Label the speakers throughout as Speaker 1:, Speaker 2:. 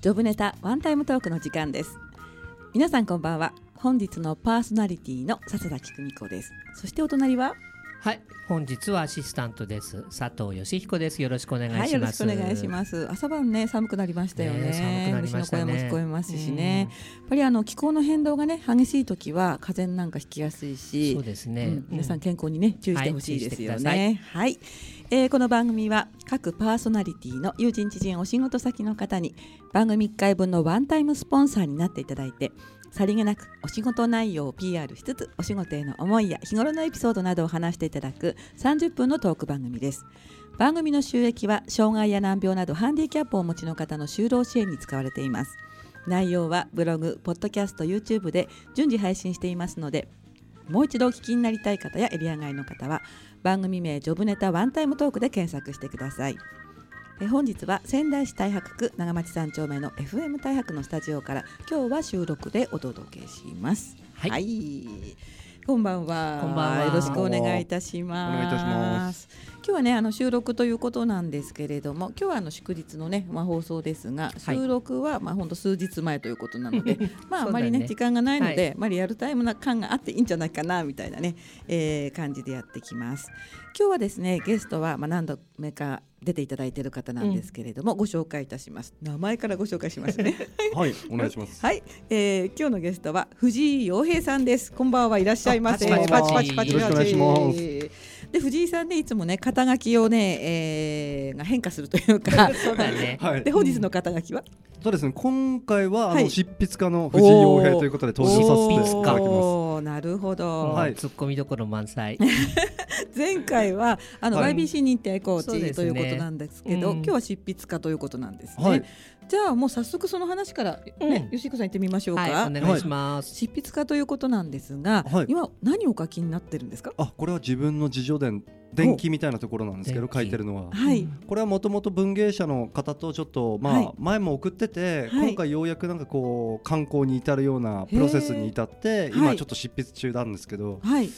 Speaker 1: ジョブネタワンタイムトークの時間です皆さんこんばんは本日のパーソナリティの笹崎久美子ですそしてお隣は
Speaker 2: はい、本日はアシスタントです。佐藤義彦です。よろしくお願いしま
Speaker 1: は
Speaker 2: す。
Speaker 1: いよろしくお願いします朝晩ね寒くなりましたよね
Speaker 2: ね寒くなりましたね
Speaker 1: 虫の声も聞こえますしね、やっぱりあの気候の変動がね激しい時は風邪なんかひきやすい
Speaker 2: うん
Speaker 1: し
Speaker 2: そうですね。
Speaker 1: うん、皆さん
Speaker 2: う
Speaker 1: 健康にね注意してほしい
Speaker 2: はい
Speaker 1: ですよ
Speaker 2: 注意して
Speaker 1: ね。はい、えーこの番組は各パーソナリティの友人知人お仕事先の方に番組1回分のワンタイムスポンサーになっていただいてさりげなくお仕事内容を PR しつつお仕事への思いや日頃のエピソードなどを話していただく30分のトーク番組です。番組の収益は障害や難病などハンディキャップをお持ちの方の就労支援に使われています。内容はブログ、ポッドキャスト、YouTube で順次配信していますのでもう一度お聞きになりたい方やエリア外の方は番組名「ジョブネタワンタイムトーク」で検索してください。え本日は仙台市太白区長町三丁目の FM 太白のスタジオから今日は収録でお届けします。
Speaker 2: はい
Speaker 1: こんばんは。
Speaker 2: こんばんは
Speaker 1: よろしくお願いいたします。
Speaker 3: お願いいたします。
Speaker 1: 今日はねあの収録ということなんですけれども、今日はあの祝日のねまあ放送ですが、
Speaker 2: い
Speaker 1: 収録はまあ本当数日前ということなの で、まああ
Speaker 2: そうだ
Speaker 1: ま
Speaker 2: ね
Speaker 1: りね時間がないので、
Speaker 2: は
Speaker 1: まあリアルタイムな感があっていいんじゃないかなみたいなね、えー感じでやってきます。今日はですねゲストはまあ何度目か出ていただいている方なんですけれども、ご紹介いたします。名前からご紹介しますね。
Speaker 3: はい、お願いします。
Speaker 1: はい、えー、今日のゲストは藤井洋平さんです。こんばんはいらっしゃいませ。
Speaker 2: あパチパチ
Speaker 1: パチパチパチ
Speaker 3: よろしくお願い
Speaker 1: で藤井さんねいつもね肩書きをね、えー、が変化するというか。
Speaker 2: そうだね。
Speaker 3: はい
Speaker 1: で、本日の肩書きは
Speaker 3: そうですね。今回はあ
Speaker 1: は
Speaker 3: の
Speaker 1: い
Speaker 3: 執筆家の藤井洋平ということで登場させていただきます。
Speaker 1: おーなるほど、
Speaker 3: はい
Speaker 2: ツッコミどころ満載。
Speaker 1: 前回はあの、
Speaker 3: はい
Speaker 1: YBC 認定コー
Speaker 2: そう
Speaker 1: チ
Speaker 2: で
Speaker 1: と
Speaker 2: す
Speaker 1: い
Speaker 2: ね
Speaker 1: うことなんですけど
Speaker 2: うん
Speaker 1: 今日は執筆家ということなんですね、
Speaker 3: はい
Speaker 1: じゃあもう早速その話からね、
Speaker 2: うん
Speaker 1: 吉彦さん行ってみましょうか、
Speaker 2: はい、お願いします。
Speaker 1: 執筆家ということなんですが、
Speaker 3: はい
Speaker 1: 今何をお書きになってるんですか
Speaker 3: あ、これは自分の自助伝、伝記みたいなところなんですけ
Speaker 2: お
Speaker 3: ど
Speaker 2: 伝記
Speaker 3: 書いてるのは。
Speaker 1: はい、
Speaker 3: これはもともと文芸者の方とちょっと
Speaker 1: は
Speaker 3: ま
Speaker 1: い
Speaker 3: あ前も送ってて
Speaker 1: はい
Speaker 3: 今回ようやくなんかこう観光に至るようなプロセスに至っ
Speaker 1: は
Speaker 3: て今
Speaker 1: い
Speaker 3: ちょっと執筆中なんですけど
Speaker 1: はい。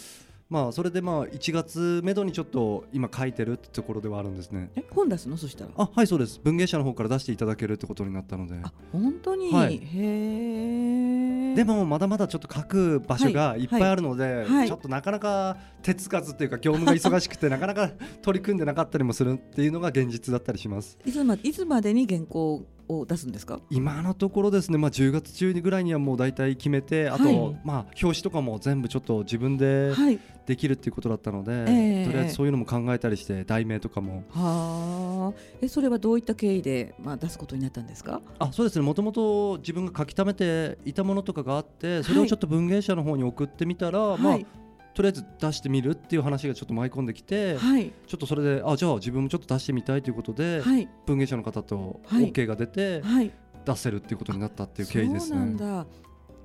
Speaker 3: まあそれでまあ1月目処にちょっと今書いてるってところではあるんですね
Speaker 1: え、本出すのそしたら。
Speaker 3: あはいそうです文芸者の方から出していただけるってことになったので
Speaker 1: あ、本当に。
Speaker 3: はい
Speaker 1: へえ。
Speaker 3: でもまだまだちょっと書く場所がいっぱいあるので、
Speaker 1: はい
Speaker 3: ちょっとなかなか手つかずっていうか業務が忙しくて なかなか取り組んでなかったりもするっていうのが現実だったりします
Speaker 1: いつまいつまでに原稿を出すんですか。
Speaker 3: 今のところですね、まあ、10月中にぐらいにはもう大体決めてあと、
Speaker 2: はい
Speaker 3: まあ表紙とかも全部ちょっと自分で
Speaker 1: はい。
Speaker 3: できるっていうことだったので、
Speaker 1: ええ
Speaker 3: とりあえずそういうのも考えたりして題名とかも
Speaker 1: はあ。え、それはどういった経緯でまあ出すことになったんですか。
Speaker 3: あそうですねもともと自分が書き溜めていたものとかがあってそれをちょっと文芸者の方に送ってみたら、まあ
Speaker 1: はい。
Speaker 3: とりあえず出してみるっていう話がちょっと舞い込んできて、
Speaker 1: はい。
Speaker 3: ちょっとそれであじゃあ自分もちょっと出してみたいということで、
Speaker 1: はい。
Speaker 3: 文芸者の方と
Speaker 1: はい
Speaker 3: OK が出て、
Speaker 1: はい。
Speaker 3: 出せるっていうことになったっていう
Speaker 1: そ
Speaker 3: 経
Speaker 1: う
Speaker 3: 緯です
Speaker 1: なん
Speaker 3: ね。
Speaker 1: だ。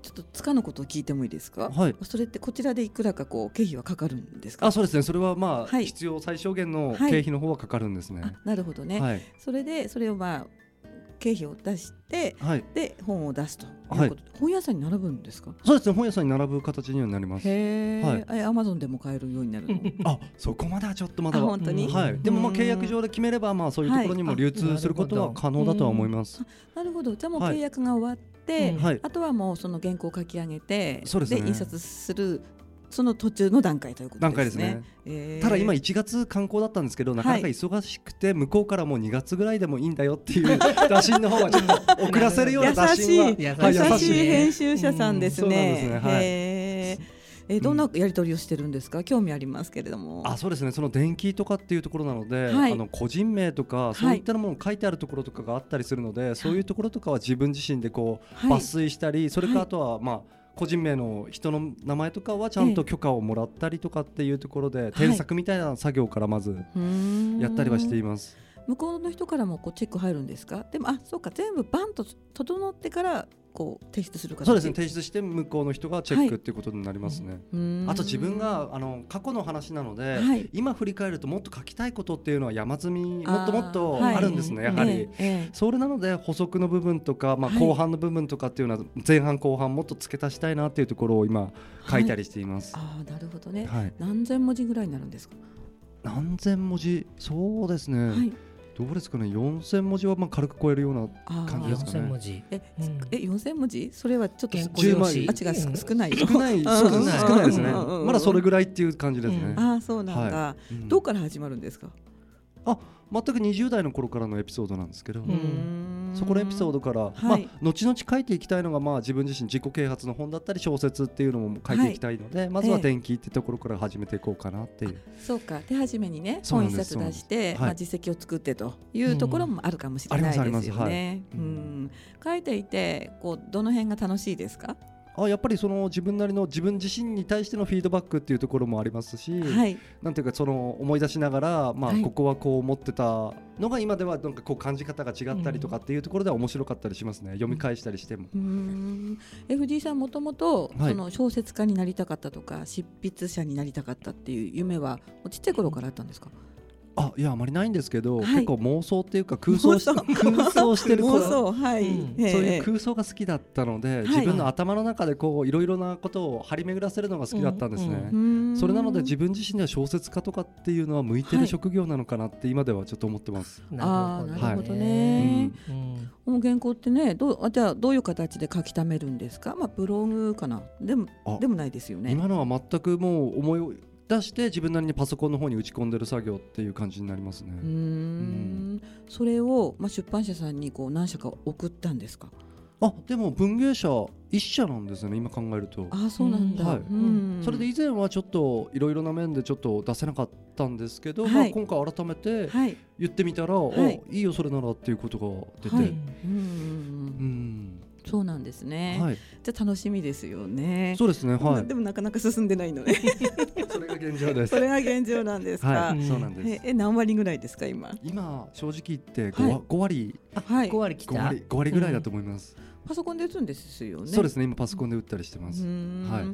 Speaker 1: ちょっとつかぬことを聞いてもいいですか。
Speaker 3: はい
Speaker 1: それってこちらでいくらかこう経費はかかるんですか。
Speaker 3: あそうですねそれはまあ、
Speaker 1: はい
Speaker 3: 必要最小限の
Speaker 1: はい
Speaker 3: 経費の方はかかるんですね。
Speaker 1: あなるほどね。
Speaker 3: はい、
Speaker 1: それでそれをまあ経費を出して
Speaker 3: はい、
Speaker 1: で本を出すということ。
Speaker 3: はい
Speaker 1: 本屋さんに並ぶんですか。
Speaker 3: そうですね本屋さんに並ぶ形にはなります。
Speaker 1: へ
Speaker 3: は
Speaker 1: え
Speaker 3: い、
Speaker 1: え、アマゾンでも買えるようになるの。
Speaker 3: あそこまではちょっとま
Speaker 1: あ
Speaker 3: だ
Speaker 1: 本当に。
Speaker 3: はい、 でもまあ
Speaker 1: うん
Speaker 3: 契約上で決めればまあそういうところに
Speaker 1: は
Speaker 3: も
Speaker 1: い
Speaker 3: 流通することは可能だとは思います。
Speaker 1: なるほど、じゃあもう
Speaker 3: はい
Speaker 1: 契約が終わって、
Speaker 2: うん
Speaker 3: はい
Speaker 1: あとはもうその原稿を書き上げて、
Speaker 3: そうですね
Speaker 1: 印刷する。その途中の段階ということ
Speaker 3: 段階
Speaker 1: で
Speaker 3: ですす
Speaker 1: ね
Speaker 3: ね。
Speaker 1: えー
Speaker 3: ただ今1月観光だったんですけどなかなか忙しくて向こうからもう2月ぐらいでもいいんだよっていう 打診の方はち ょっと遅らせるような打診は
Speaker 1: 優し
Speaker 2: い
Speaker 3: は
Speaker 1: 優
Speaker 3: 優
Speaker 1: し
Speaker 3: し
Speaker 1: い
Speaker 3: い
Speaker 1: 編集者さんです
Speaker 3: うんそうな
Speaker 1: ね
Speaker 3: んです。ねはい
Speaker 1: へーえーどんなやり取りをしてるんですか、興味ありますけれども。
Speaker 3: あそうですねその電気とかっていうところなので、
Speaker 1: はい
Speaker 3: あの個人名とかそういったものを書いてあるところとかがあったりするので、そういうところとかは自分自身でこう
Speaker 1: はい
Speaker 3: 抜粋したり、それ
Speaker 1: は
Speaker 3: か
Speaker 1: い
Speaker 3: あとはまあ個人名の人の名前とかはちゃん
Speaker 1: え
Speaker 3: と
Speaker 1: え
Speaker 3: 許可をもらったりとかっていうところで、添削みたいな作業からまず
Speaker 1: うーん
Speaker 3: やったりはしています。
Speaker 1: 向こうの人からもこうチェック入るんですか。でもあ、そうか、全部バンと整ってからこう提出する形
Speaker 3: そうですね提出して向こうの人がチェックっていうことになりますね、
Speaker 1: うーん
Speaker 3: あと自分があの過去の話なので、
Speaker 1: はい
Speaker 3: 今振り返るともっと書きたいことっていうのは山積み
Speaker 1: あー
Speaker 3: もっともっと
Speaker 1: はい
Speaker 3: あるんですね、やはり。
Speaker 1: ええええ
Speaker 3: それなので補足の部分とか、まあ、
Speaker 1: はい
Speaker 3: 後半の部分とかっていうのは前半後半もっと付け足したいなっていうところを今書いたりしています。は
Speaker 1: ああなるほどね
Speaker 3: い、
Speaker 1: 何千文字ぐらいになるんですか、
Speaker 3: 何千文字そうですね、
Speaker 1: はい
Speaker 3: どうですかね4000文字はまあ軽く超えるような
Speaker 1: あ
Speaker 3: 感じです
Speaker 1: ー
Speaker 3: か
Speaker 2: 4000文字。
Speaker 1: え
Speaker 2: うん
Speaker 1: え四千文字それはちょっと
Speaker 2: 原稿
Speaker 3: 10
Speaker 2: 用
Speaker 3: 万
Speaker 2: 紙。
Speaker 1: あ違う
Speaker 2: うん
Speaker 1: す少ないよ
Speaker 3: 少ない
Speaker 1: ん
Speaker 3: そうです
Speaker 2: うん
Speaker 3: ね少ないですね
Speaker 1: うんうんうん
Speaker 3: まだそれぐらいっていう感じです
Speaker 2: う。
Speaker 3: ね
Speaker 1: ああそうなんだ、
Speaker 3: うん
Speaker 1: どっから始まるんですか、
Speaker 3: 全く20代の頃からのエピソードなんですけど、
Speaker 2: うん
Speaker 3: そこのエピソードから、
Speaker 1: はい
Speaker 3: まあ、後々書いていきたいのが、まあ、自分自身自己啓発の本だったり小説っていうのも書いていきたいので、まずは
Speaker 1: ええ
Speaker 3: 天気ってところから始めていこうかなっていう、
Speaker 1: そうか手始めにね
Speaker 3: そう
Speaker 1: 本一
Speaker 3: なんです
Speaker 1: 冊出して、
Speaker 3: そう
Speaker 1: ま
Speaker 3: な
Speaker 1: あ、
Speaker 3: んで
Speaker 1: 実績を作ってというところもあるかもしれない
Speaker 3: うんあり
Speaker 1: で
Speaker 3: ますす
Speaker 1: よ
Speaker 3: あります
Speaker 1: ね。う
Speaker 3: はいうん
Speaker 1: ん書いていてこうどの辺が楽しいですか、
Speaker 3: あやっぱりその自分なりの自分自身に対してのフィードバックっていうところもありますし、
Speaker 1: はい、
Speaker 3: なんていうかその思い出しながら、まあ
Speaker 1: はい
Speaker 3: ここはこう思ってたのが今ではなんかこう感じ方が違ったりとかっていうところでは面白かったりしますね、読み返したりしても。
Speaker 1: うん FD さんもともと
Speaker 3: はい
Speaker 1: その小説家になりたかったとか、執筆者になりたかったっていう夢はもうちっちゃい頃からあったんですか
Speaker 3: あいやあまりないんですけど、
Speaker 1: はい
Speaker 3: 結構妄想っていうか空想し
Speaker 1: 妄想
Speaker 3: 空想してる
Speaker 1: 妄
Speaker 3: 頃
Speaker 1: 想はい、
Speaker 2: うん
Speaker 1: ええ
Speaker 3: そういう空想が好きだったので、
Speaker 1: い
Speaker 3: 自分の頭の中でこういろいろなことを張り巡らせるのが好きだったんですね。
Speaker 1: うん
Speaker 3: それなので自分自身では小説家とかっていうのは向いて
Speaker 1: は
Speaker 3: る
Speaker 1: い
Speaker 3: 職業なのかなって今ではちょっと思ってます。
Speaker 1: ああな
Speaker 2: なる
Speaker 1: る
Speaker 2: ほ
Speaker 1: ほ
Speaker 2: ど
Speaker 1: ど
Speaker 2: ね。
Speaker 1: ね、
Speaker 2: うん
Speaker 1: この原稿ってねどうあじゃあどういう形で書き溜めるんですかまあブログかなでも
Speaker 3: あ
Speaker 1: でもないですよね
Speaker 3: 今のは全くもう思い出して自分なりにパソコンの方に打ち込んでる作業っていう感じになりますね。
Speaker 1: うーんそれを、まあ、出版社さんにこう何社か送ったんですか。
Speaker 3: あでも文芸社一社なんですよね今考えると。
Speaker 1: ああ、そうなんだ。
Speaker 3: はい
Speaker 1: うん
Speaker 3: それで以前はちょっといろいろな面でちょっと出せなかったんですけど、
Speaker 1: はい
Speaker 3: まあ、今回改めて
Speaker 1: はい。
Speaker 3: 言ってみたら、
Speaker 1: はい
Speaker 3: おいいよそれならっていうことが出て、
Speaker 1: は
Speaker 2: う
Speaker 1: い
Speaker 2: ん
Speaker 1: うんうん
Speaker 3: う
Speaker 1: うん、
Speaker 3: ん
Speaker 1: そうなんですね。
Speaker 3: はい、
Speaker 1: じゃあ楽しみですよね。
Speaker 3: そうですね、は
Speaker 1: でもなかなか進んでないのね。
Speaker 3: い、それが現状で
Speaker 1: それが現状なんですか。
Speaker 3: はい、
Speaker 2: うん
Speaker 3: そうなんで
Speaker 1: え
Speaker 3: す。
Speaker 1: え何割ぐらいですか今。
Speaker 3: 今正直言って
Speaker 1: は
Speaker 3: 五
Speaker 1: い
Speaker 3: 割、五割、
Speaker 1: はい
Speaker 2: 5。割来
Speaker 3: 五
Speaker 2: た。
Speaker 3: 割、五割ぐらいだと思います。
Speaker 1: パソコンで打つんですよね。
Speaker 3: そうです
Speaker 1: ね。
Speaker 3: ね、今パソコンで打ったりしてます。はい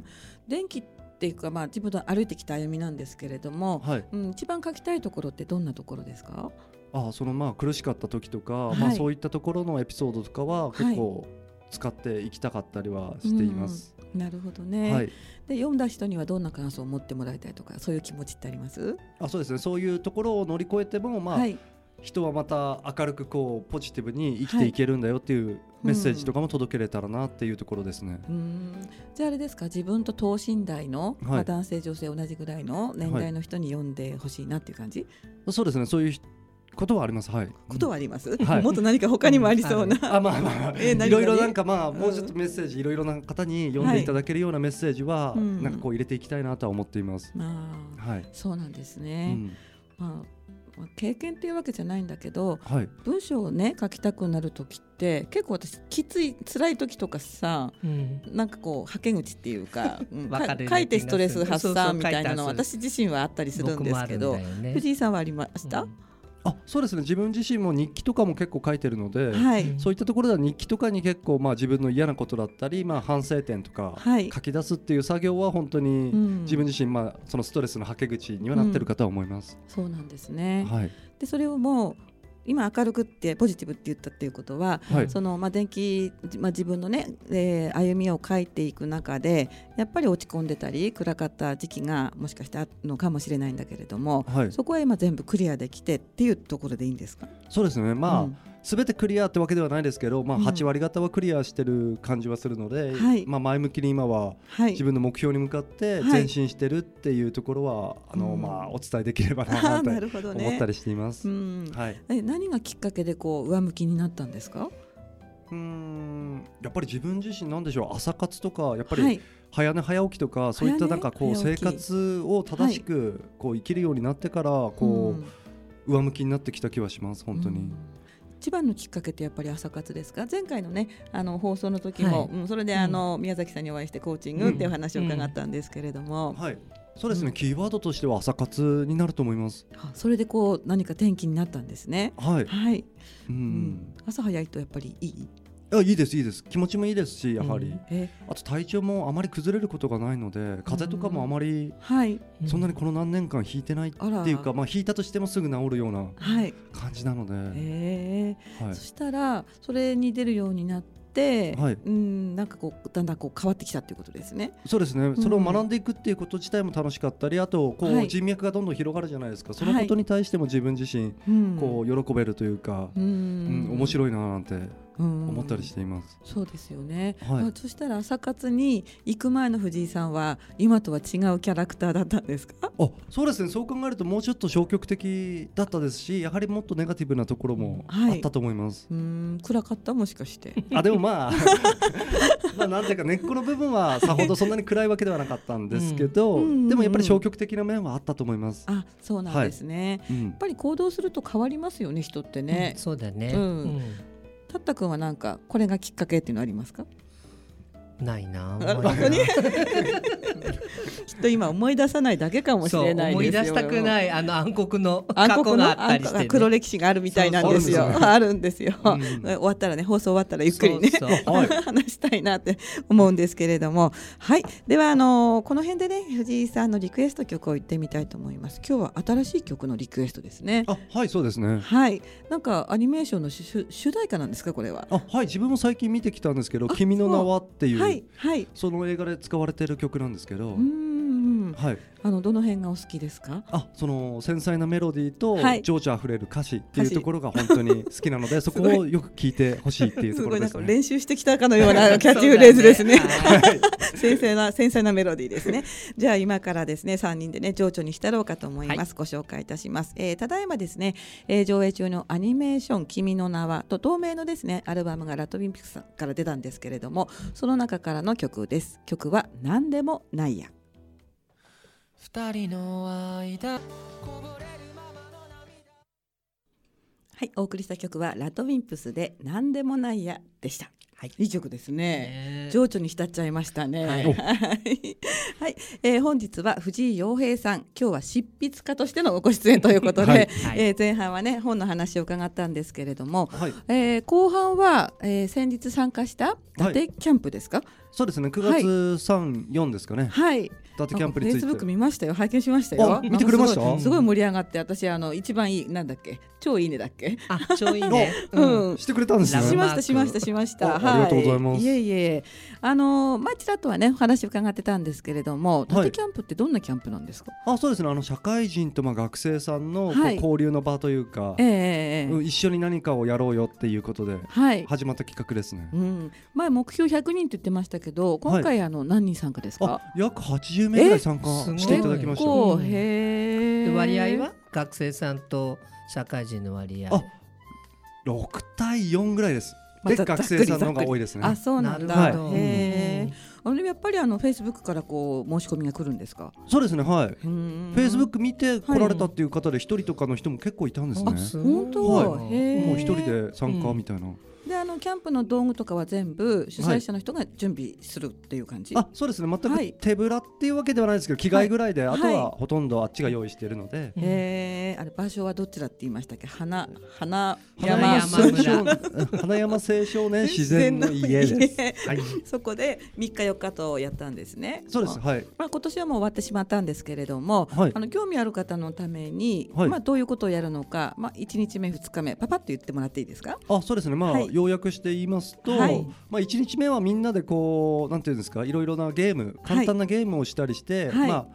Speaker 1: 電気っていうかまあ自分の歩いてきた歩みなんですけれども、
Speaker 3: はい、
Speaker 1: うん一番書きたいところってどんなところですか。
Speaker 3: あ、そのまあ苦しかった時とか、
Speaker 1: はい
Speaker 3: まあそういったところのエピソードとかは結構使っていきたかったりはしています。
Speaker 1: なるほど
Speaker 3: は
Speaker 1: ね。
Speaker 3: い、
Speaker 1: で読んだ人にはどんな感想を持ってもらいたいとかそういう気持ちってあります？
Speaker 3: あ、そうですね、そういうところを乗り越えても、まあ、
Speaker 1: はい。
Speaker 3: 人はまた明るくこうポジティブに生きていけるんだよっていうメッセージとかも届けれたらなっていうところですね。
Speaker 1: うーんじゃああれですか自分と等身大の、
Speaker 3: はい
Speaker 1: まあ男性女性同じぐらいの年代の人に読んでほしいなっていう感じ、
Speaker 3: そうですね、そういうことはあります。はい。
Speaker 1: ことはあります、
Speaker 3: はい
Speaker 1: もっと何か他にもありそうな、
Speaker 3: あまあまあ、
Speaker 1: えー何々
Speaker 3: いろいろなんかまあ、
Speaker 1: うん
Speaker 3: もうちょっとメッセージいろいろな方に読んでいただけるようなメッセージは、
Speaker 1: うん
Speaker 3: なんかこう入れていきたいなとは思っています。
Speaker 1: まあ
Speaker 3: はい。
Speaker 1: そうなんです
Speaker 3: う
Speaker 1: ね、
Speaker 3: ん、
Speaker 1: まあ、まあ経験っていうわけじゃないんだけど
Speaker 3: はい。
Speaker 1: 文章をね書きたくなる時って結構私きつい辛い時とかさ
Speaker 2: うん
Speaker 1: なんかこうはけ口っていうか,、うん、
Speaker 2: わかるような気がする
Speaker 1: 書いてストレス発
Speaker 2: そうそ
Speaker 1: 散
Speaker 2: う
Speaker 1: みたいなのは
Speaker 2: 書いた
Speaker 1: 私自身はあったりするんですけど
Speaker 2: 僕もあるんだよね
Speaker 1: 藤井さんはありました、
Speaker 3: あ、そうですね。自分自身も日記とかも結構書いてるので、
Speaker 1: はい、
Speaker 2: うん
Speaker 3: そういったところでは日記とかに結構まあ自分の嫌なことだったり、まあ反省点とか
Speaker 1: はい
Speaker 3: 書き出すっていう作業は本当
Speaker 1: う
Speaker 3: に
Speaker 1: ん
Speaker 3: 自分自身まあそのストレスのはけ口にはなってるかとは思います。
Speaker 1: そうなんですね、
Speaker 3: はい。
Speaker 1: でそれをもう今明るくってポジティブって言ったっていうことは
Speaker 3: はい。
Speaker 1: そのまあ電気、まあ、自分のね、えー歩みを書いていく中でやっぱり落ち込んでたり暗かった時期がもしかしてあるのかもしれないんだけれども、
Speaker 3: はい。
Speaker 1: そこは今全部クリアできてっていうところでいいんですか、
Speaker 3: そうですね。まあ。
Speaker 1: うん
Speaker 3: すべてクリアってわけではないですけど、まあ、
Speaker 1: うん
Speaker 3: 8割方はクリアしてる感じはするので、
Speaker 1: はい
Speaker 3: まあ、前向きに今は
Speaker 1: はい、
Speaker 3: 自分の目標に向かって
Speaker 1: はい
Speaker 3: 前進してるっていうところは、あの
Speaker 1: うん
Speaker 3: まあ、お伝えできれば な
Speaker 1: あー
Speaker 3: なんて
Speaker 1: なるほどね
Speaker 3: 思ったりしています。
Speaker 1: うん
Speaker 3: はい、
Speaker 1: え何がきっかけでこう上向きになったんですか
Speaker 3: うーんやっぱり自分自身なんでしょう朝活とかやっぱ
Speaker 1: は
Speaker 3: り
Speaker 1: い
Speaker 3: 早寝早起きとか、そういっ
Speaker 1: 早
Speaker 3: た
Speaker 1: 寝
Speaker 3: なんかこう
Speaker 1: 早起
Speaker 3: 生
Speaker 1: き
Speaker 3: 活を正しくこう生きるようになってからこ
Speaker 1: うん
Speaker 3: う上向きになってきた気はします本当に。
Speaker 1: うん一番のきっかけってやっぱり朝活ですか前回のねあの放送の時も、
Speaker 2: はい
Speaker 1: うんそれで
Speaker 2: うん
Speaker 1: あの、宮崎さんにお会いしてコーチングっていう話を伺ったんですけれども、
Speaker 3: はいそうですね、
Speaker 1: うん
Speaker 3: キーワードとしては朝活になると思います。
Speaker 1: あそれでこう何か転機になったんですね
Speaker 3: はい、
Speaker 1: はい、う
Speaker 3: う
Speaker 1: ん
Speaker 3: ん
Speaker 1: 朝早いとやっぱりいい
Speaker 3: いやいいですいいです気持ちもいいですしやはり、
Speaker 2: うん
Speaker 1: え
Speaker 3: あと体調もあまり崩れることがないので風邪とかもあまり
Speaker 1: はい
Speaker 3: そんなにこの何年間引いてないって
Speaker 1: あ
Speaker 3: いう
Speaker 1: ら
Speaker 3: か、まあ、引いたとしてもすぐ治るような
Speaker 1: はい
Speaker 3: 感じなので、
Speaker 1: え
Speaker 3: は
Speaker 1: ー
Speaker 3: い
Speaker 1: そ、したらそれに出るようになって、
Speaker 3: はい
Speaker 1: うんなんかこうだんだんこう変わってきたっていうことですね。
Speaker 3: そうですね、
Speaker 1: ん
Speaker 3: それを学んでいくっていうこと自体も楽しかったりあとこ
Speaker 1: は
Speaker 3: う
Speaker 1: い
Speaker 3: 人脈がどんどん広がるじゃないですか、そ
Speaker 1: は
Speaker 3: の
Speaker 1: い
Speaker 3: ことに対しても自分自身
Speaker 1: うん
Speaker 3: こう喜べるというか、
Speaker 1: う
Speaker 3: うんん面白いなーなんて思
Speaker 1: 思
Speaker 3: ったりしています。
Speaker 1: そうですよね、
Speaker 3: はい
Speaker 1: まあそしたら朝活に行く前の藤井さんは今とは違うキャラクターだったんですか
Speaker 3: あそうですねそう考えるともうちょっと消極的だったですしやはりもっとネガティブなところも
Speaker 1: はい
Speaker 3: あったと思います。
Speaker 1: うん暗かったもしかして
Speaker 3: あでもまあまあなんていうか根っこの部分はさほどそんなに暗いわけではなかったんですけど、
Speaker 1: うんうんうんうん
Speaker 3: でもやっぱり消極的な面はあったと思います。
Speaker 1: あそうなんですね、や
Speaker 3: うん
Speaker 1: っぱり行動すると変わりますよね人ってね、
Speaker 2: そうだね、
Speaker 1: うんたったくんはなんかこれがきっかけっていうのありますか
Speaker 2: うんない な
Speaker 1: あ
Speaker 2: 思
Speaker 1: 本
Speaker 2: い出
Speaker 1: 当にきっと今思い出さないだけかもし
Speaker 2: そう
Speaker 1: れない
Speaker 2: 思い出したく
Speaker 1: い
Speaker 2: ないあの暗黒の
Speaker 1: 暗
Speaker 2: 過
Speaker 1: 黒
Speaker 2: 去
Speaker 1: の
Speaker 2: があったりして、
Speaker 1: 暗
Speaker 2: ね、
Speaker 1: 黒歴史があるみたいなんですよ
Speaker 3: そうそう
Speaker 1: あるんですよ、
Speaker 3: うん
Speaker 1: 終わったらね放送終わったらゆっくりね
Speaker 2: そうそう
Speaker 3: はい
Speaker 1: 話したいなって思うんですけれどもはいではあのーこの辺でね藤井さんのリクエスト曲を言ってみたいと思います今日は新しい曲のリクエストですね
Speaker 3: あはいそうですね。
Speaker 1: はいなんかアニメーションの主主題歌なんですかこれは
Speaker 3: あはい自分も最近見てきたんですけど
Speaker 1: あ
Speaker 3: 「君の名は」っていう、
Speaker 1: はいはい
Speaker 3: その映画で使われてる曲なんですけど、
Speaker 1: うーん
Speaker 3: はい
Speaker 1: あのどの辺がお好きですか
Speaker 3: あその繊細なメロディーと
Speaker 1: はい
Speaker 3: 情緒あふれる歌詞ってい
Speaker 1: 歌
Speaker 3: う
Speaker 1: 詞
Speaker 3: ところが本当に好きなの でそこをよく聞いてほしいっていうと
Speaker 1: す
Speaker 3: こ
Speaker 1: ごい
Speaker 3: ろ
Speaker 1: な
Speaker 3: で
Speaker 1: ん
Speaker 3: す
Speaker 1: か
Speaker 3: ね。
Speaker 1: 練習してきたかのよう なキャッチフレーズですね
Speaker 2: そうだね
Speaker 1: 繊細な繊細なメロディーですね。じゃあ今からですね3人でね情緒に浸ろうかと思います。
Speaker 2: は
Speaker 1: ご紹介いたします。えーただいまですね、えー上映中のアニメーション君の名はと同名のですねアルバムがラトビンピックさんから出たんですけれども、その中からの曲です。曲は何でもないや。
Speaker 4: 二人の間
Speaker 1: はい、お送りした曲はラトビンプスで何でもないやでした。
Speaker 2: はい
Speaker 1: いい曲ですね。
Speaker 2: ね
Speaker 1: 情緒に浸っちゃいましたね。は
Speaker 2: はいい、
Speaker 1: はい、えー本日は藤井洋平さん、今日は執筆家としてのご出演ということで、
Speaker 3: はい
Speaker 2: はい
Speaker 1: えー前半はね本の話を伺ったんですけれども、
Speaker 3: はい、
Speaker 1: えー後半は、えー先日参加した伊達キャンプですか？
Speaker 3: そうですね9
Speaker 1: はい
Speaker 3: 月3、4ですかね
Speaker 1: はい。
Speaker 3: 伊達キャンプにつ
Speaker 1: フェイ
Speaker 3: い
Speaker 1: スブック
Speaker 3: て
Speaker 1: 見ましたよ、拝見しましたよ。
Speaker 3: あ見てくれました
Speaker 1: なんかすごいすごい盛り上がって、私あの一番いいなんだっけ、超いいねだっけ？
Speaker 2: あちょいいね、
Speaker 1: うん。
Speaker 3: してくれたんです
Speaker 2: ラブ
Speaker 1: し
Speaker 3: ね
Speaker 2: マ
Speaker 1: ましたしましたしました。
Speaker 3: あありがとうございます
Speaker 1: いえいえ、あのまあちらっとはねお話伺ってたんですけれども、
Speaker 3: はい
Speaker 1: 立てキャンプってどんなキャンプなんですか。
Speaker 3: あそうですねあの社会人とまあ学生さんのこう
Speaker 1: はい
Speaker 3: 交流の場というか、
Speaker 1: ええええええ
Speaker 3: うん一緒に何かをやろうよっていうことで
Speaker 1: はい。
Speaker 3: 始まった企画ですね
Speaker 1: う、ん、前目標100人って言ってましたけど今回あの何人参加ですか、
Speaker 3: あ約80名ぐらい参加
Speaker 2: え
Speaker 3: していただきました
Speaker 2: すごい
Speaker 1: こうへ
Speaker 2: で
Speaker 1: え
Speaker 2: 割合は学生さんと社会人の割合
Speaker 3: あ6対4ぐらいです
Speaker 1: ま
Speaker 3: で
Speaker 1: た
Speaker 3: 学生さんの方が多いですね
Speaker 1: あそうなんだ、
Speaker 2: な
Speaker 3: る
Speaker 2: ほど
Speaker 1: へえあれやっぱりあのフェイスブックからこう申し込みが来るんですか
Speaker 3: そうですねはい
Speaker 1: フ
Speaker 3: フェ
Speaker 1: ェ
Speaker 3: イスブック見て来られたっていう方で一人とかの人も結構いたんですね
Speaker 2: あ。すごい
Speaker 1: 本当、
Speaker 3: は
Speaker 1: へえ
Speaker 3: もう一人で参加みたいな。
Speaker 1: であのキャンプの道具とかは全部主催者の人が準備するっていう感じ、
Speaker 3: あ、そうですね。全
Speaker 1: はい
Speaker 3: く手ぶらっていうわけではないですけど、着替えぐらいで、
Speaker 1: はい
Speaker 3: あとはほとんどあっちが用意してるので。
Speaker 1: えー、あれ場所はどちらって言いましたっけ花花
Speaker 2: 山
Speaker 1: 山
Speaker 2: 村
Speaker 3: 青少花山青少年自然の家です。
Speaker 1: す
Speaker 3: はい。
Speaker 1: そこで3日4日とやったんですね
Speaker 3: そうです。
Speaker 1: まあ
Speaker 3: はい。
Speaker 1: まあ、今年はもう終わってしまったんですけれども、
Speaker 3: はい
Speaker 1: あの興味ある方のために、
Speaker 3: はい
Speaker 1: まあ、どういうことをやるのか、まあ、1日目2日目パパッと言ってもらっていいですか
Speaker 3: あそうですね、まあ
Speaker 1: はい
Speaker 3: 要約して言いますと、
Speaker 1: はい
Speaker 3: まあ、1日目はみんなでこうなんていうんですかいろいろなゲーム簡単なゲームをしたりして、
Speaker 1: はい
Speaker 3: まあ、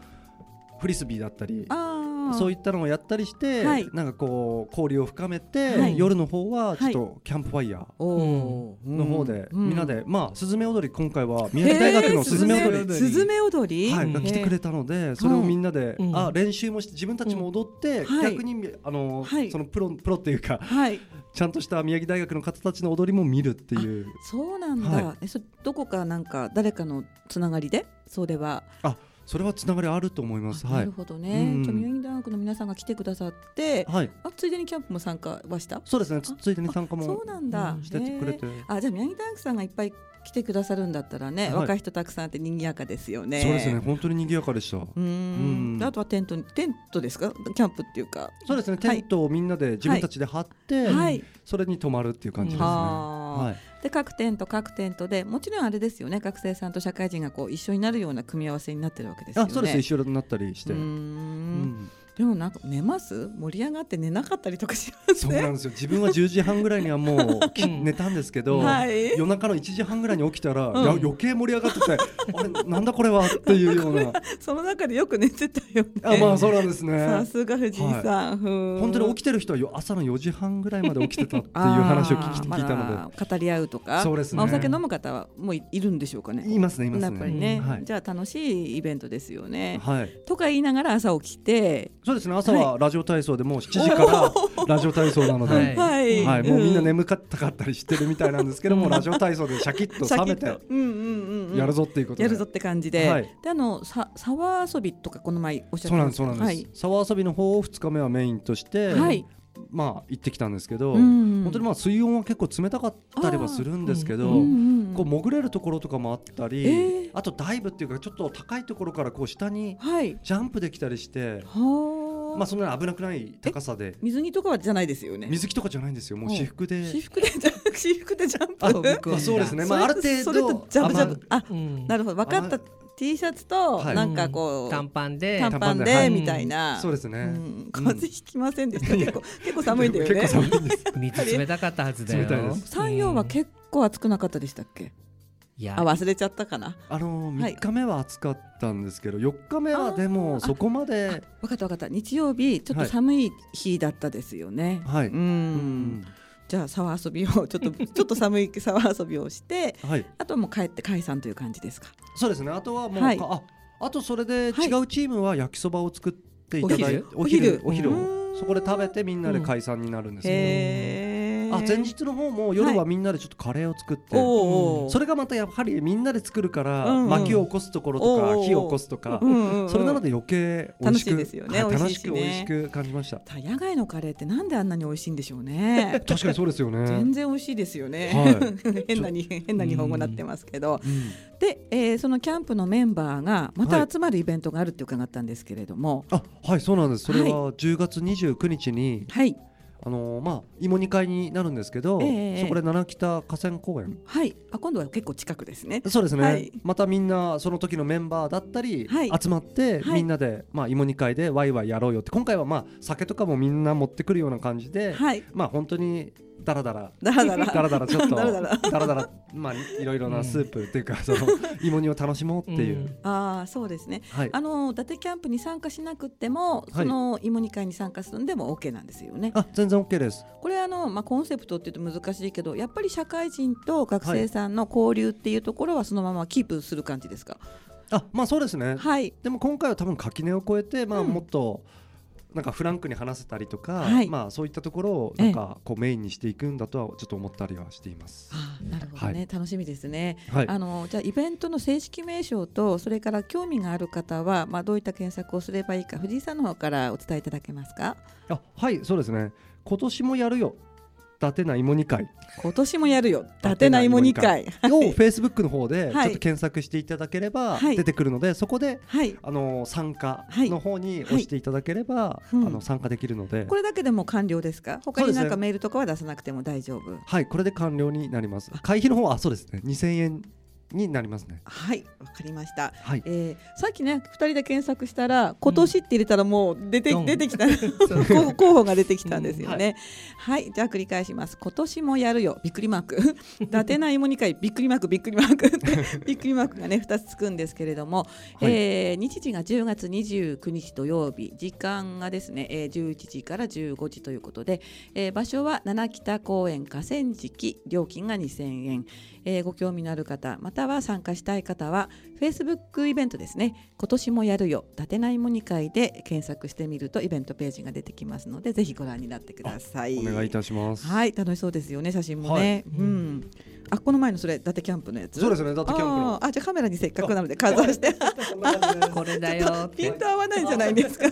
Speaker 3: フリスビーだったり
Speaker 1: あ
Speaker 3: そう
Speaker 1: い
Speaker 3: いったのをやったりして、
Speaker 1: はい
Speaker 3: なんかこう交流を深めて、
Speaker 1: はい
Speaker 3: 夜の方はちょっとキャンプファイヤー。
Speaker 1: おー
Speaker 3: の方で、
Speaker 1: うん
Speaker 3: みんなで、まあ、スズメ踊り、今回は宮城大学のスズメ踊り。
Speaker 1: へースズメ踊り、
Speaker 3: はい、
Speaker 2: うん
Speaker 3: が来てくれたので、それをみんなで、
Speaker 2: うん
Speaker 3: あ、練習もして、自分たちも踊って、
Speaker 1: うんはい
Speaker 3: 逆に、あの、
Speaker 1: はい
Speaker 3: そのプロ、プロっていうか。
Speaker 1: はい
Speaker 3: ちゃんとした宮城大学の方たちの踊りも見るっていう。
Speaker 1: そうなんだ、
Speaker 3: は
Speaker 1: えそどこかなんか誰かのつながりでそれは、
Speaker 3: それはつながりあると思います。
Speaker 1: あ
Speaker 3: は
Speaker 1: ないる。ほどね、
Speaker 3: うん
Speaker 1: じゃあ宮城大学の皆さんが来てくださって
Speaker 3: はい。
Speaker 1: あついでにキャンプも参加はした
Speaker 3: そうですね、つついでに参
Speaker 1: そ
Speaker 3: 加も
Speaker 1: うなんだ、
Speaker 2: うん
Speaker 3: してくれて。
Speaker 1: あじゃあ宮城大学さんがいっぱい来てくださるんだったらね、
Speaker 3: はい
Speaker 1: 若い人たくさんあって賑やかですよね。
Speaker 3: そうですね。本当に賑やかでした。
Speaker 1: うーん
Speaker 3: うん
Speaker 1: であとはテントにテントですかキャンプっていうか。
Speaker 3: そうですね。
Speaker 1: は
Speaker 3: テ
Speaker 1: い
Speaker 3: ントをみんなで自分たちで張って、
Speaker 1: はい。
Speaker 3: それに泊まるっていう感じですね。
Speaker 1: はあ
Speaker 3: はい。
Speaker 1: で各テント各テントでもちろんあれですよね学生さんと社会人がこう一緒になるような組み合わせになってるわけですよ
Speaker 3: あ、
Speaker 1: ね。
Speaker 3: そうです。一緒になったりして。
Speaker 1: うーん
Speaker 3: うん
Speaker 1: でもなんか寝ます盛り上がって寝なかったりとかします
Speaker 3: そうな
Speaker 1: ね。
Speaker 3: んですよ自分は10時半ぐらいにはもうき
Speaker 2: うん
Speaker 3: 寝たんですけど、
Speaker 1: はい
Speaker 3: 夜中の1時半ぐらいに起きたら、
Speaker 1: うん
Speaker 3: いや余計盛り上がっててあれなんだこれはっていうよ うな
Speaker 1: その中でよく寝てたよね。
Speaker 3: あまあそうなんですね
Speaker 1: さすが藤井さん。本
Speaker 3: 本当に起きてる人はよ朝の4時半ぐらいまで起きてたっていう話を聞き聞いたので
Speaker 1: で語り合うとか
Speaker 3: そうですね
Speaker 1: まあ、お酒飲む方はもういいるんでしょうかね。
Speaker 3: 言いますね言いま
Speaker 1: や
Speaker 3: す
Speaker 1: っ
Speaker 3: ね
Speaker 1: ぱりね、
Speaker 3: はい
Speaker 1: じゃあ楽しいイベントですよね。
Speaker 3: はい、
Speaker 1: とか言いながら朝起きて、
Speaker 3: そうですね朝はラジオ体操でもう7時からラジオ体操なので、
Speaker 2: は
Speaker 3: はいい
Speaker 1: はい、
Speaker 3: もうみんな眠かったかったりしてるみたいなんですけども、
Speaker 2: うん
Speaker 3: ラジオ体操でシャキッと
Speaker 1: シャキッ
Speaker 3: 冷め
Speaker 1: と
Speaker 3: て
Speaker 1: うんうんうんうん
Speaker 3: やるぞっていうことで、
Speaker 1: やるぞって感じで、
Speaker 3: はい
Speaker 1: であのさ沢遊びとかこの前おっしゃって
Speaker 3: そうなんですそうなんです、
Speaker 1: はい
Speaker 3: 沢遊びの方を2日目はメインとして、
Speaker 1: はい
Speaker 3: まあ行ってきたんですけど、
Speaker 1: うん
Speaker 3: 本当にまあ水温は結構冷たかったりはするんですけ
Speaker 2: あ
Speaker 3: ど、
Speaker 2: ー
Speaker 1: うんうんうん
Speaker 3: こう潜れるところとかもあったり、
Speaker 1: えー
Speaker 3: あとダイブっていうかちょっと高いところからこう下に
Speaker 1: はい
Speaker 3: ジャンプできたりして、
Speaker 1: はあ、
Speaker 3: まあそんなに危なくない高さで
Speaker 1: 水着とかはじゃないですよね
Speaker 3: 水着とかじゃないんですよもう
Speaker 1: うん
Speaker 3: 私服で、
Speaker 1: 私服でじゃ私服でジャンプ
Speaker 2: あ僕
Speaker 3: あそうですね
Speaker 1: それ
Speaker 3: まあある程度
Speaker 1: それとジャブジャブあ
Speaker 2: うん
Speaker 1: なるほど分かった
Speaker 3: 甘
Speaker 1: T シャツと
Speaker 3: はい
Speaker 1: なんかこう、
Speaker 2: 短パンで
Speaker 1: 短パン
Speaker 3: 短パンでは
Speaker 1: で
Speaker 2: い
Speaker 1: みたいな、
Speaker 3: そうですね、
Speaker 1: うん風邪ひきませんでした、結構結構寒いんだよね
Speaker 3: 結構寒い んです
Speaker 2: 水冷たかったはずだ
Speaker 3: 冷たいで
Speaker 2: よ。
Speaker 3: す
Speaker 1: 三陽は結構暑くなかったでしたっけ、
Speaker 2: いや
Speaker 1: あ忘れちゃったかな
Speaker 3: あの
Speaker 1: はい
Speaker 3: 3日目は暑かったんですけど4日目はで
Speaker 1: あー
Speaker 3: もそこまで
Speaker 1: 分かった分かった日曜日ちょっと
Speaker 3: はい
Speaker 1: 寒い日だったですよね、
Speaker 3: はい、
Speaker 1: う
Speaker 3: うんん
Speaker 1: じゃあ沢遊びをちょ っとちょっと寒い沢遊びをして
Speaker 3: はい
Speaker 1: あとはもう帰って解散という感じですか
Speaker 3: そうですね。あとはもう、
Speaker 1: はい
Speaker 3: あ、あとそれで違
Speaker 1: はいう
Speaker 3: チームは焼きそばを作っていただいて、
Speaker 1: お
Speaker 3: お
Speaker 1: 昼
Speaker 3: 昼お昼
Speaker 1: うーん
Speaker 3: をそこで食べてみんなで解散になるんですけ
Speaker 1: へえ
Speaker 3: ど、あ前日の方も夜はみんなでちょっとカレーを作って。
Speaker 1: おうおう
Speaker 3: それがまたやはりみんなで作るから、
Speaker 1: うんうん
Speaker 3: 薪を起こすところと
Speaker 1: おうおうお
Speaker 3: か
Speaker 1: う
Speaker 3: 火を起こすとか、
Speaker 1: うんうんうん
Speaker 3: それなので余計美味し
Speaker 1: 楽し
Speaker 3: く
Speaker 1: いですよね
Speaker 3: はい
Speaker 1: 美
Speaker 3: 楽
Speaker 1: 味しい
Speaker 3: し
Speaker 1: しね
Speaker 3: く美味しく感じました
Speaker 1: た野外のカレーってなんであんなに美味しいんでしょうね
Speaker 3: 確かにそうですよね
Speaker 1: 全然美味しいですよね、
Speaker 3: は
Speaker 1: 変なに変な日本語になってますけど
Speaker 3: うん
Speaker 1: で、えーそのキャンプのメンバーがま
Speaker 3: は
Speaker 1: た
Speaker 3: い
Speaker 1: 集まるイベントがあるって伺ったんですけれども
Speaker 3: あはいそうなんですそれは10月29日に、
Speaker 1: はい
Speaker 3: あのーまあ芋煮会になるんですけど、
Speaker 1: ええ
Speaker 3: そこで七北河川公園
Speaker 1: はいあ今度は結構近くですね
Speaker 3: そうですね、
Speaker 1: はい
Speaker 3: またみんなその時のメンバーだったり、
Speaker 1: はい
Speaker 3: 集まって、
Speaker 1: はい
Speaker 3: みんなで、まあ、芋煮会でワイワイやろうよって今回はまあ酒とかもみんな持ってくるような感じで、
Speaker 1: はい
Speaker 3: まあ本当にダラダラ
Speaker 1: だらだら
Speaker 3: ダラダラちょっと
Speaker 1: ダラダラ
Speaker 3: ダラダラまあいろいろなスープっていうか、 その芋煮を楽しもうっていう、
Speaker 2: うん
Speaker 1: ああそうですね
Speaker 3: はい
Speaker 1: あの伊達キャンプに参加しなくっても、
Speaker 3: はい
Speaker 1: その芋煮会に参加するんでも OK なんですよね。
Speaker 3: あ全然 OK です
Speaker 1: これあの、まあ、コンセプトって言うと難しいけどやっぱり社会人と学生さんの交流っていうところはそのままキープする感じですか。
Speaker 3: あまあそうですね、
Speaker 1: はい、
Speaker 3: でも今回は多分垣根を越えて、まあ、
Speaker 1: うん
Speaker 3: もっとなんかフランクに話せたりとか、
Speaker 1: はい
Speaker 3: まあ、そういったところをなんかこうメインにしていくんだとはちょっと思ったりはしています。
Speaker 1: あーなるほどね、
Speaker 3: は
Speaker 1: 楽しみですね。
Speaker 3: はい
Speaker 1: あのじゃあイベントの正式名称とそれから興味がある方は、まあ、どういった検索をすればいいか藤井さんの方からお伝えいただけますか
Speaker 3: あはいそうですね今年もやるよ伊達な芋煮会
Speaker 1: 今年もや るよ伊達な芋煮会。
Speaker 3: を Facebook の方でちょっ
Speaker 1: はい
Speaker 3: と検索していただければ
Speaker 1: はい
Speaker 3: 出てくるので、そこで
Speaker 1: はい
Speaker 3: あの参加
Speaker 1: はい
Speaker 3: の方に押していただければ、
Speaker 1: うん
Speaker 3: あの参加できるので、
Speaker 1: これだけでも完了ですか他
Speaker 3: そう
Speaker 1: に
Speaker 3: です
Speaker 1: な
Speaker 3: ね
Speaker 1: んかメールとかは出さなくても大丈夫
Speaker 3: はいこれで完了になります会費の方はあそうですね2000円になりますね
Speaker 1: はいわかりました、
Speaker 3: はい
Speaker 1: えー、さっきね2人で検索したら「今年」って入れたらもう出て,、
Speaker 2: うん
Speaker 1: 出てきた候候補が出てきたんですよね、はい、じゃあ繰り返します「今年もやるよ」びっくりマーク 伊達な芋煮会びっくりマークびっくりマークびっくりマークがね2つつくんですけれども、
Speaker 3: はい
Speaker 1: えー日時が10月29日土曜日時間がですね、えー、11時から15時ということで、えー場所は七北公園河川敷料金が2000円、えーご興味のある方または参加したい方は Facebook イベントですね今年もやるよ伊達な芋煮会で検索してみるとイベントページが出てきますのでぜひご覧になってください
Speaker 3: お願いいたします
Speaker 1: はい楽しそうですよね写真もね、うんあこの前のそれ伊達キャンプのやつ
Speaker 3: そうですよねだってキャンプの
Speaker 1: あーあじゃあカメラにせっかくなのでかざして
Speaker 2: これだよっ
Speaker 1: ピ
Speaker 2: て
Speaker 1: ント合わないんじゃないです か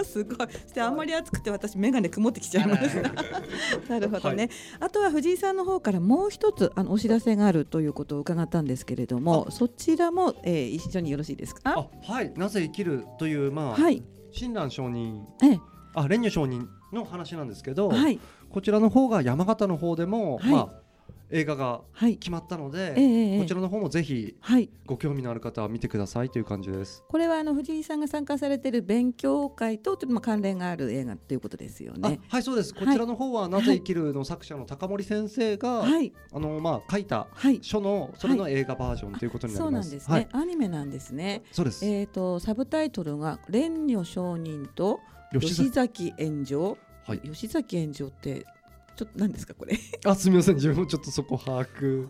Speaker 1: あすごいそしてあんまり暑くて私眼鏡曇ってきちゃいました なるほどね、あとは藤井さんの方からもう一つあのお知らせがあるということを伺ったんですけれどもそちらも、えー一緒によろしいですか
Speaker 3: あはいなぜ生きるというまあ、
Speaker 1: はい
Speaker 3: 親鸞上人
Speaker 1: ええ
Speaker 3: あ蓮如上人の話なんですけど、
Speaker 1: はい
Speaker 3: こちらの方が山形の方でも、
Speaker 1: はい
Speaker 3: まあ映画が
Speaker 1: はい
Speaker 3: 決まったの
Speaker 1: ええ
Speaker 3: で、
Speaker 1: ええ
Speaker 3: こちらの方もぜひ
Speaker 1: はい
Speaker 3: ご興味のある方は見てくださいという感じです。
Speaker 1: これはあの藤井さんが参加されている勉強会とちょっとまあ関連がある映画ということですよね。
Speaker 3: あはいそうです。
Speaker 1: は
Speaker 3: こ
Speaker 1: い
Speaker 3: ちらの方はなぜ生きるの作者の高森先生が、
Speaker 1: はい
Speaker 3: あのまあ書いた
Speaker 1: はい。
Speaker 3: 書のそれの映画バージョンということにな
Speaker 1: そ
Speaker 3: り
Speaker 1: うな
Speaker 3: ま
Speaker 1: ん
Speaker 3: す。
Speaker 1: ですね、
Speaker 3: はい、
Speaker 1: アニメなんですね。
Speaker 3: そうです。
Speaker 1: えっ、とサブタイトルが蓮女上人と
Speaker 3: 吉崎
Speaker 1: 吉崎炎上。
Speaker 3: はい
Speaker 1: 吉崎炎上ってちょっと何ですかこれ。
Speaker 3: あすみません自分もちょっとそこ把握。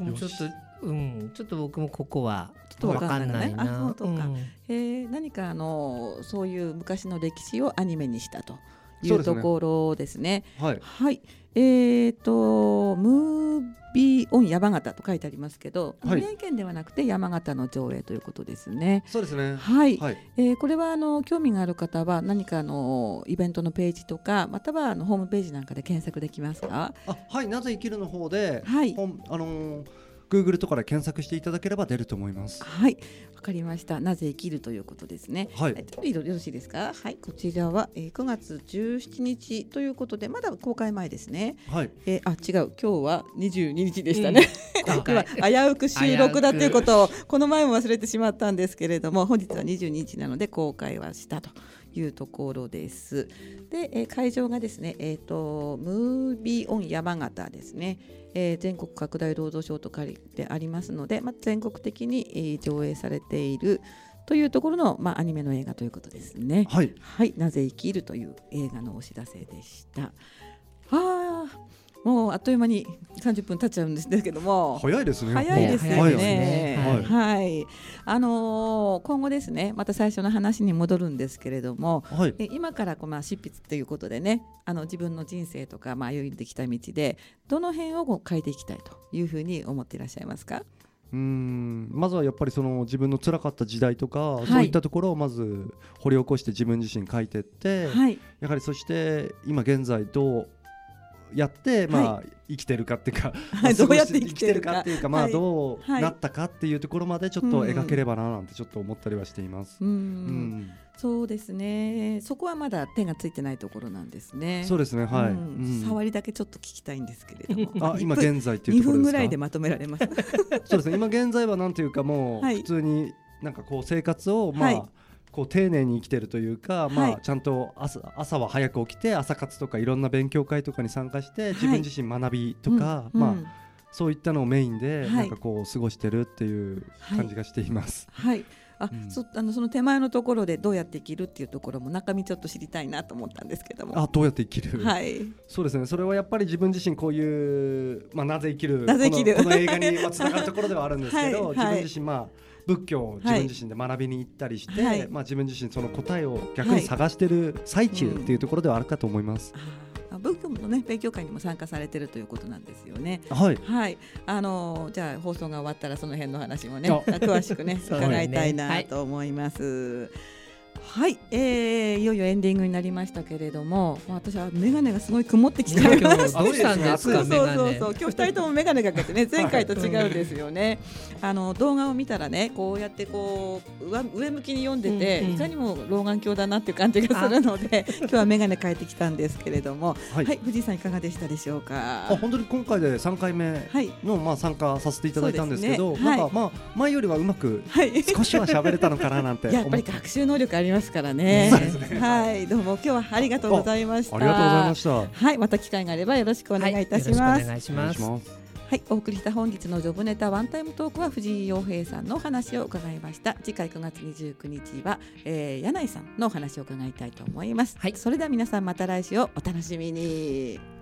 Speaker 2: もうちょっとうんちょっと僕もここは
Speaker 1: ちょっとわかんないね
Speaker 2: わかんな
Speaker 1: あそうか
Speaker 2: うん
Speaker 1: えー、何かあのそういう昔の歴史をアニメにしたとい
Speaker 3: そ
Speaker 1: う
Speaker 3: うですね
Speaker 1: ところですね。
Speaker 3: はい。
Speaker 1: はい、えー、と、ムービーオン山形と書いてありますけど、
Speaker 3: はい
Speaker 1: 宮城県ではなくて山形の上映ということですね。
Speaker 3: そうですね。
Speaker 1: はい、
Speaker 3: はい。
Speaker 1: えーこれはあの興味がある方は何かあのイベントのページとか、またはあのホームページなんかで検索できますか。
Speaker 3: あはいなぜ生きるの方で、
Speaker 1: はい
Speaker 3: 本あのー Google とかで検索していただければ出ると思います。
Speaker 1: はい、わかりました。なぜ生きるということですね。
Speaker 3: は
Speaker 1: えっ
Speaker 3: い。
Speaker 1: とよろしいですか。はい、こちらは、えー、9月17日ということで、まだ公開前ですね。
Speaker 3: はい。
Speaker 1: えー、あ違う今日は22日でしたね、
Speaker 2: うん
Speaker 1: 今危うく収録だということをこの前も忘れてしまったんですけれども本日は22日なので公開はしたというところですで、えー会場がですねえっ、とムービーオン山形ですね、えー全国拡大労働省と借りてありますので、まあ、全国的に、えー上映されているというところの、まあ、アニメの映画ということですね
Speaker 3: はい。
Speaker 1: はい、なぜ生きるという映画のお知らせでした。ああ、もうあっという間に30分経っちゃうんですけども。
Speaker 3: 早いですね。
Speaker 1: 早いですよ
Speaker 3: は
Speaker 2: 早
Speaker 1: ね。
Speaker 2: いですね
Speaker 1: はい、
Speaker 3: は
Speaker 1: あのー今後ですね、また最初の話に戻るんですけれども。
Speaker 3: はい。
Speaker 1: え今からこうまあ執筆ということでね、あの自分の人生とかまあ歩んできた道でどの辺をこう変えていきたいというふうに思っていらっしゃいますか。
Speaker 3: うーんまずはやっぱりその自分の辛かった時代とか、
Speaker 1: い
Speaker 3: そういったところをまず掘り起こして自分自身書いてって、
Speaker 1: はい、
Speaker 3: やはりそして今現在どうやって、まあ生きてるかってい うか、まあ
Speaker 1: どうやっ
Speaker 3: 過
Speaker 1: て
Speaker 3: ごし
Speaker 1: 生きてる
Speaker 3: 生
Speaker 1: か
Speaker 3: っていうか、ま
Speaker 1: は
Speaker 3: あ、
Speaker 1: い
Speaker 3: どう
Speaker 1: はい
Speaker 3: なったかっていうところまでちょっと描ければななんてちょっと思ったりはしています。
Speaker 1: う、
Speaker 3: うんん
Speaker 1: そうですね。そこはまだ手がついてないところなんですね。
Speaker 3: そうですねはい、
Speaker 1: う
Speaker 3: うんん。
Speaker 1: 触りだけちょっと聞きたいんですけれども
Speaker 3: あ今
Speaker 1: 一分
Speaker 3: 現在ってい
Speaker 1: 二
Speaker 3: うところ
Speaker 1: 分
Speaker 3: で
Speaker 1: ぐ
Speaker 3: すから
Speaker 1: いでまとめられます。
Speaker 3: そうですね今現在はなんていうかもう
Speaker 1: はい
Speaker 3: 普通になんかこう生活をまあ、
Speaker 1: はい
Speaker 3: こう丁寧に生きてるというか、ま
Speaker 1: は
Speaker 3: あ
Speaker 1: い
Speaker 3: ちゃんと朝朝は早く起きて朝活とかいろんな勉強会とかに参加して自分自身学びとか、
Speaker 1: うん
Speaker 3: まあ、
Speaker 1: うん
Speaker 3: そういったのをメインで
Speaker 1: はい
Speaker 3: なんかこう過ごしてるっていう感じがしています。
Speaker 1: はい。あ、
Speaker 3: うん
Speaker 1: そあのその手前のところでどうやって生きるっていうところも中身ちょっと知りたいなと思ったんですけども。
Speaker 3: あどうやって生きる、
Speaker 1: はい。
Speaker 3: そうですねそれはやっぱり自分自身こういう、まあ、なぜ生きる
Speaker 1: なぜ生きる
Speaker 3: このこの映画にまあつながるところではあるんですけど、
Speaker 1: はいはい
Speaker 3: 自分自身まあ仏教を自分自身で学びに行ったりして、
Speaker 1: はい
Speaker 3: まあ、自分自身その答えを逆に探してる最中っていうところではあるかと思います。
Speaker 1: あ文教のね勉強会にも参加されてるということなんですよね。
Speaker 3: はい
Speaker 1: はい。あのじゃあ放送が終わったらその辺の話もね
Speaker 3: あ
Speaker 1: 詳しくね
Speaker 2: そうね
Speaker 1: 伺いたいなと思います。はい、えー、いよいよエンディングになりましたけれども、まあ私は眼鏡がすごい曇ってきちゃいま
Speaker 2: 今
Speaker 1: し
Speaker 2: 日
Speaker 1: た。
Speaker 2: どうしたんです
Speaker 1: そうそ
Speaker 2: か
Speaker 1: う
Speaker 2: メガ
Speaker 1: そう
Speaker 2: ネ
Speaker 1: そう今日二人とも眼鏡かけてね前回と違うんですよね。あの動画を見たらねこうやってこう上上向きに読んでて、
Speaker 2: うんうん
Speaker 1: いかにも老眼鏡だなっていう感じがするので今日は眼鏡変えてきたんですけれども
Speaker 3: は
Speaker 1: はいい、藤井さんいかがでしたでしょうか
Speaker 3: あ。本当に今回で3回目
Speaker 1: はい
Speaker 3: の、まあ、参加させていただいたんです
Speaker 1: そ
Speaker 3: けど
Speaker 1: うですねはい
Speaker 3: なんかまあ前よりはうまく
Speaker 1: はい。
Speaker 3: 少しは喋れたのかななんて
Speaker 1: やっ
Speaker 3: 思
Speaker 1: ぱり
Speaker 3: ってあ
Speaker 1: 学習能力ありますからね。はい、どうも今日はありがとうございました。
Speaker 3: りがとうございました。お
Speaker 1: はい、また機会があればよろしくお願いいたし
Speaker 2: は
Speaker 1: ま
Speaker 2: よろしくお
Speaker 1: す。
Speaker 2: 願いし
Speaker 3: 願
Speaker 2: ま
Speaker 3: いし
Speaker 2: す。
Speaker 3: ます
Speaker 1: はい、お送りした本日のジョブネタワンタイムトークは藤井洋平さんのお話を伺いました。次回9月29日は、えー、柳井さんのお話を伺いたいと思います。
Speaker 2: はい
Speaker 1: それでは皆さんまた来週をお楽しみに。